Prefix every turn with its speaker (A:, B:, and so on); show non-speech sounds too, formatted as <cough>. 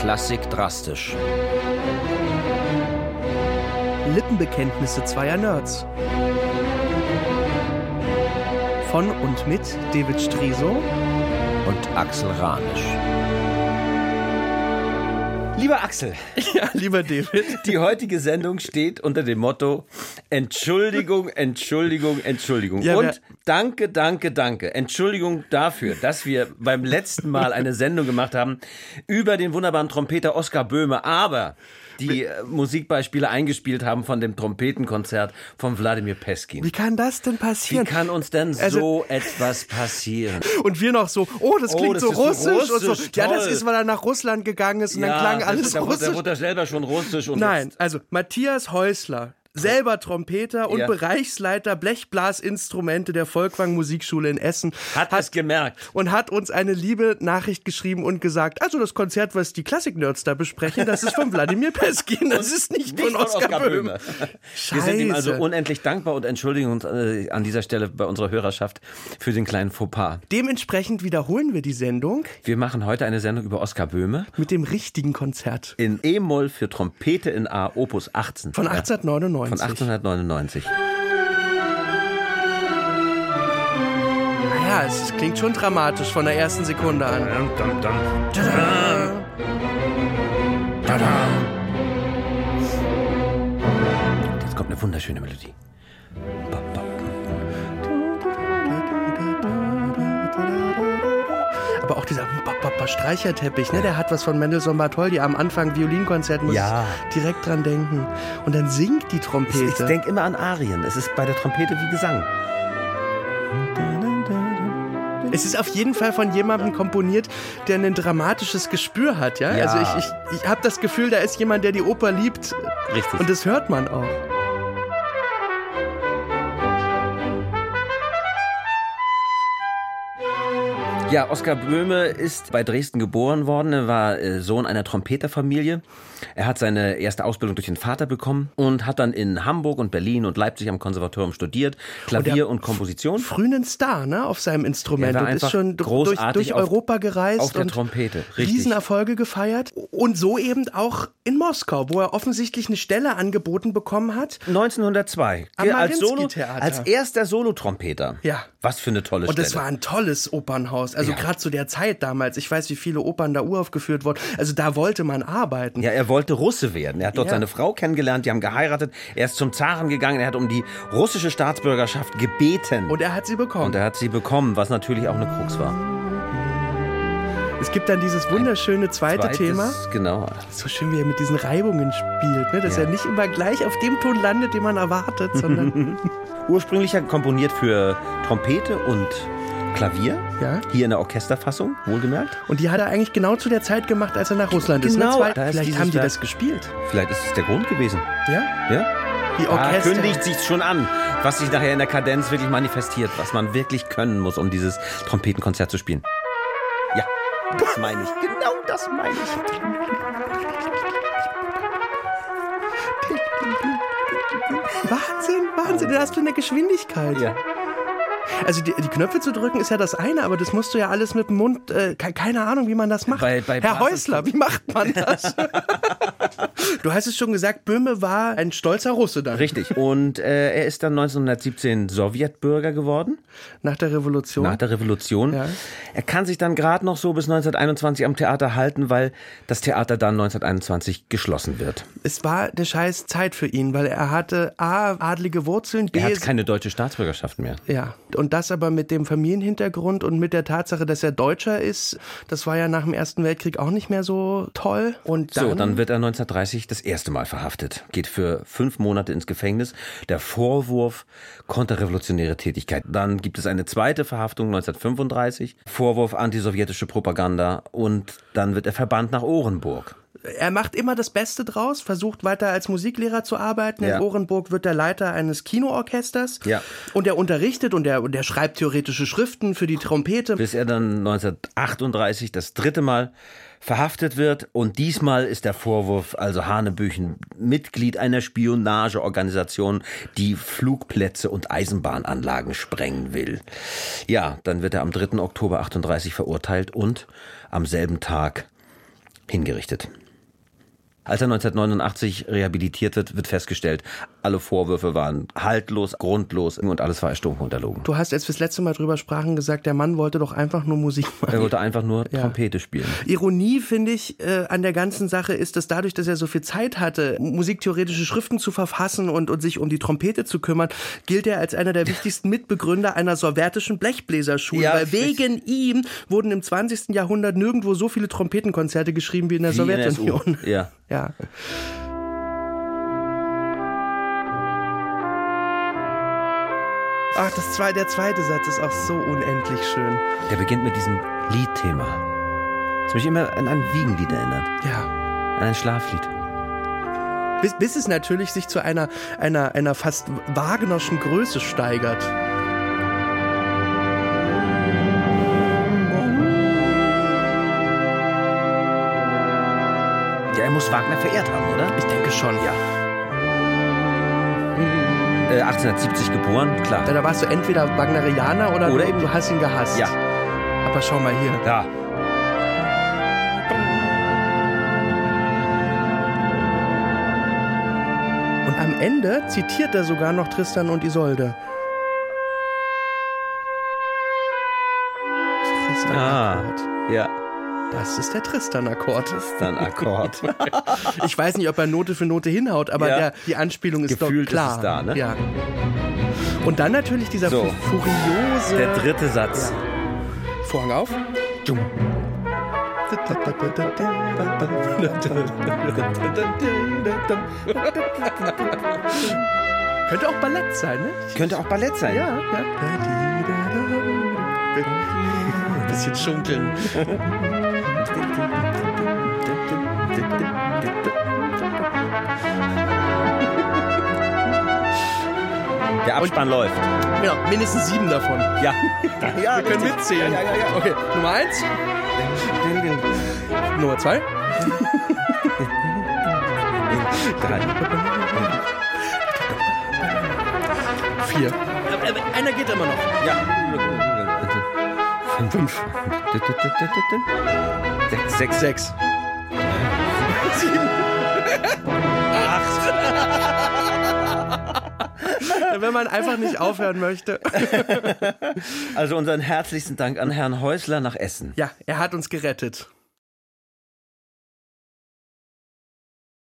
A: Klassik drastisch.
B: Lippenbekenntnisse zweier Nerds. Von und mit David Striso.
A: <laughs> Und Axel Ranisch. Lieber Axel,
B: Ja, lieber David.
A: die heutige Sendung steht unter dem Motto Entschuldigung, Entschuldigung, Entschuldigung.
B: Ja,
A: Und
B: wir-
A: danke, danke, danke. Entschuldigung dafür, dass wir beim letzten Mal eine Sendung gemacht haben über den wunderbaren Trompeter Oskar Böhme, aber die äh, Musikbeispiele eingespielt haben von dem Trompetenkonzert von Wladimir Peskin.
B: Wie kann das denn
A: Wie
B: passieren?
A: kann uns denn so
B: Also-
A: etwas passieren?
B: und wir noch so, oh, das
A: Oh,
B: klingt
A: das
B: so
A: ist
B: russisch. und so.
A: russisch,
B: Ja, das
A: toll.
B: ist, weil er nach Russland gegangen ist und dann klang
A: das-
B: alles
A: da, wurde- Da
B: russisch.
A: wurde er selber schon russisch und
B: Nein,
A: jetzt-
B: also Matthias Häusler. Selber Trompeter und
A: Ja.
B: Bereichsleiter Blechblasinstrumente der Volkwang Musikschule in Essen
A: hat, es gemerkt.
B: und hat uns eine liebe Nachricht geschrieben und gesagt, also das Konzert, was die Klassik-Nerds da besprechen, das ist von Wladimir Peskin, das ist nicht, von Oskar <laughs> Böhme.
A: Wir sind ihm also
B: Scheiße.
A: unendlich dankbar und entschuldigen uns äh, an dieser Stelle bei unserer Hörerschaft für den kleinen Fauxpas.
B: Dementsprechend wiederholen wir die Sendung
A: Wir machen heute eine Sendung über Oskar Böhme
B: mit dem richtigen Konzert
A: in E-Moll für Trompete in A, Opus 18.
B: von
A: Ja, von
B: 1899.
A: 1899.
B: Ja, es ist- klingt schon dramatisch von der ersten Sekunde an.
A: Jetzt kommt eine wunderschöne Melodie.
B: Aber auch dieser ba- ba- ba- Streicherteppich, ne? der hat was von Mendelssohn Bartholdy am Anfang Violinkonzert, muss
A: Ja.
B: ich direkt dran denken. Und dann singt die Trompete.
A: Ich denke immer an Arien. Es ist bei der Trompete wie Gesang.
B: Es ist auf jeden Fall von jemandem komponiert, der ein dramatisches Gespür hat, ja?
A: Ja.
B: Also ich, ich, ich habe das Gefühl, da ist jemand, der die Oper liebt
A: Richtig.
B: und das hört man auch.
A: Ja, Oskar Böhme ist bei Dresden geboren worden. Er war äh, Sohn einer Trompeterfamilie. Er hat seine erste Ausbildung durch den Vater bekommen und hat dann in Hamburg und Berlin und Leipzig am Konservatorium studiert. Klavier und, Komposition.
B: Frühen Star, ne, auf seinem Instrument
A: Er war
B: und ist
A: einfach
B: schon dr- durch,
A: großartig
B: durch
A: auf-
B: Europa gereist
A: auf der
B: und
A: Trompete, richtig.
B: Riesenerfolge gefeiert und so eben auch in Moskau, wo er offensichtlich eine Stelle angeboten bekommen hat.
A: 1902.
B: Am
A: Ge- als, Solo,
B: Mariinski-Theater.
A: als erster Solotrompeter.
B: Ja.
A: Was für eine tolle
B: Und
A: Stelle.
B: das war ein tolles Opernhaus, also
A: Ja.
B: gerade zu der Zeit damals. Ich weiß, wie viele Opern da uraufgeführt wurden. Also da wollte man arbeiten.
A: ja, er wollte Russe werden. Er hat dort
B: Ja.
A: seine Frau kennengelernt, die haben geheiratet. Er ist zum Zaren gegangen, er hat um die russische Staatsbürgerschaft gebeten.
B: Und er hat sie bekommen.
A: Und er hat sie bekommen, was natürlich auch eine Krux war.
B: Es gibt dann dieses wunderschöne zweite
A: Zweites-
B: Thema.
A: Genau.
B: So schön, wie er mit diesen Reibungen spielt, ne? dass er nicht immer gleich auf dem Ton landet, den man erwartet,
A: <laughs>
B: sondern
A: Ursprünglich komponiert für Trompete und Klavier.
B: Ja.
A: Hier in der Orchesterfassung, wohlgemerkt.
B: und die hat er eigentlich genau zu der Zeit gemacht, als er nach Russland ist. ne?
A: Genau,
B: Zwei-
A: da ist
B: Vielleicht
A: dieses
B: haben die
A: Werk-
B: das gespielt.
A: Vielleicht ist es der Grund gewesen.
B: Ja,
A: Ja?
B: die
A: Da
B: Orchester.
A: kündigt sich schon an, was sich nachher in der Kadenz wirklich manifestiert, was man wirklich können muss, um dieses Trompetenkonzert zu spielen. Ja, das meine ich. Genau das meine ich.
B: Wahnsinn, Wahnsinn, das hast du eine Geschwindigkeit.
A: Ja.
B: Also die, die Knöpfe zu drücken ist ja das eine, aber das musst du ja alles mit dem Mund. Äh, ke- keine Ahnung, wie man das macht.
A: Bei- bei
B: Herr
A: Basis-
B: Häusler, wie macht man
A: <laughs>
B: das? du hast es schon gesagt, Böhme war ein stolzer Russe dann.
A: Richtig. Und äh, er ist dann 1917 Sowjetbürger geworden.
B: Nach der Revolution.
A: Nach der Revolution.
B: Hm? Ja.
A: Er kann sich dann gerade noch so bis 1921 am Theater halten, weil das Theater dann 1921 geschlossen wird.
B: Es war eine scheiß Zeit für ihn, weil er hatte A, adlige Wurzeln, B,
A: Er hat keine deutsche Staatsbürgerschaft mehr.
B: ja. Und das aber mit dem Familienhintergrund und mit der Tatsache, dass er Deutscher ist, das war ja nach dem Ersten Weltkrieg auch nicht mehr so toll. Und dann,
A: So, dann wird er 1930 das erste Mal verhaftet, geht für fünf Monate ins Gefängnis. Der Vorwurf konterrevolutionäre Tätigkeit. Dann gibt es eine zweite Verhaftung 1935, Vorwurf antisowjetische Propaganda und dann wird er verbannt nach Orenburg.
B: er macht immer das Beste draus, versucht weiter als Musiklehrer zu arbeiten.
A: Ja.
B: In Orenburg wird er Leiter eines Kinoorchesters.
A: Ja.
B: Und er unterrichtet und er, und er schreibt theoretische Schriften für die Trompete.
A: bis er dann 1938 das dritte Mal verhaftet wird. Und diesmal ist der Vorwurf, also Hanebüchen, Mitglied einer Spionageorganisation, die Flugplätze und Eisenbahnanlagen sprengen will. Ja, dann wird er am 3. Oktober 38 verurteilt und am selben Tag hingerichtet. Als er 1989 rehabilitiert wird, wird festgestellt, alle Vorwürfe waren haltlos, grundlos und alles war erstunken und erlogen.
B: Du hast, als wir das letzte Mal drüber sprachen, gesagt, der Mann wollte doch einfach nur Musik machen.
A: Er wollte einfach nur Trompete spielen.
B: Ironie, finde ich, äh, an der ganzen Sache ist, dass dadurch, dass er so viel Zeit hatte, musiktheoretische Schriften zu verfassen und, und sich um die Trompete zu kümmern, gilt er als einer der wichtigsten Mitbegründer einer sowjetischen Blechbläserschule.
A: Ja,
B: weil wegen ihm wurden im 20. Jahrhundert nirgendwo so viele Trompetenkonzerte geschrieben wie in der
A: Wie in der
B: Sowjetunion.
A: SU. <laughs> Ja.
B: Ja. Ach, das zwei, der zweite Satz ist auch so unendlich schön.
A: Der beginnt mit diesem Liedthema. Das mich immer an ein Wiegenlied erinnert,
B: Ja.
A: an ein Schlaflied.
B: Bis, bis es natürlich sich zu einer, einer, einer fast Wagnerschen Größe steigert.
A: Ja, er muss Wagner verehrt haben, oder?
B: Ich denke schon, ja.
A: Äh, 1870 geboren, klar.
B: Da warst du entweder Wagnerianer oder,
A: Oder
B: du,
A: eben-
B: du hast ihn gehasst.
A: Ja.
B: Aber schau mal hier.
A: Da.
B: Und am Ende zitiert er sogar noch Tristan und Isolde. Tristan.
A: Ah,
B: Akkord.
A: ja.
B: Das ist der
A: <laughs>
B: Tristan-Akkord.
A: Das ist dann Akkord.
B: Ich weiß nicht, ob er Note für Note hinhaut, aber
A: Ja.
B: der, die Anspielung ist
A: Gefühlt
B: doch klar.
A: ist es da, ne?
B: Ja. Und dann natürlich dieser
A: So.
B: fu- furiose
A: Der dritte Satz.
B: Vorhang auf.
A: Dum.
B: Könnte auch Ballett sein, ne?
A: Könnte auch Ballett sein.
B: Ja, ja. Bisschen schunkeln.
A: Der Abspann läuft.
B: Genau, mindestens sieben davon.
A: Ja.
B: Ja, wir können mitzählen.
A: Ja, ja, ja.
B: Okay, Nummer eins. Nummer zwei.
A: Drei.
B: Vier. Äh, Einer geht immer noch.
A: Ja.
B: Fünf.
A: Sechs. Sechs.
B: Sechs. Sieben. <laughs> Acht. Wenn man einfach nicht aufhören möchte.
A: Also unseren herzlichsten Dank an Herrn Häusler nach Essen.
B: Ja, er hat uns gerettet.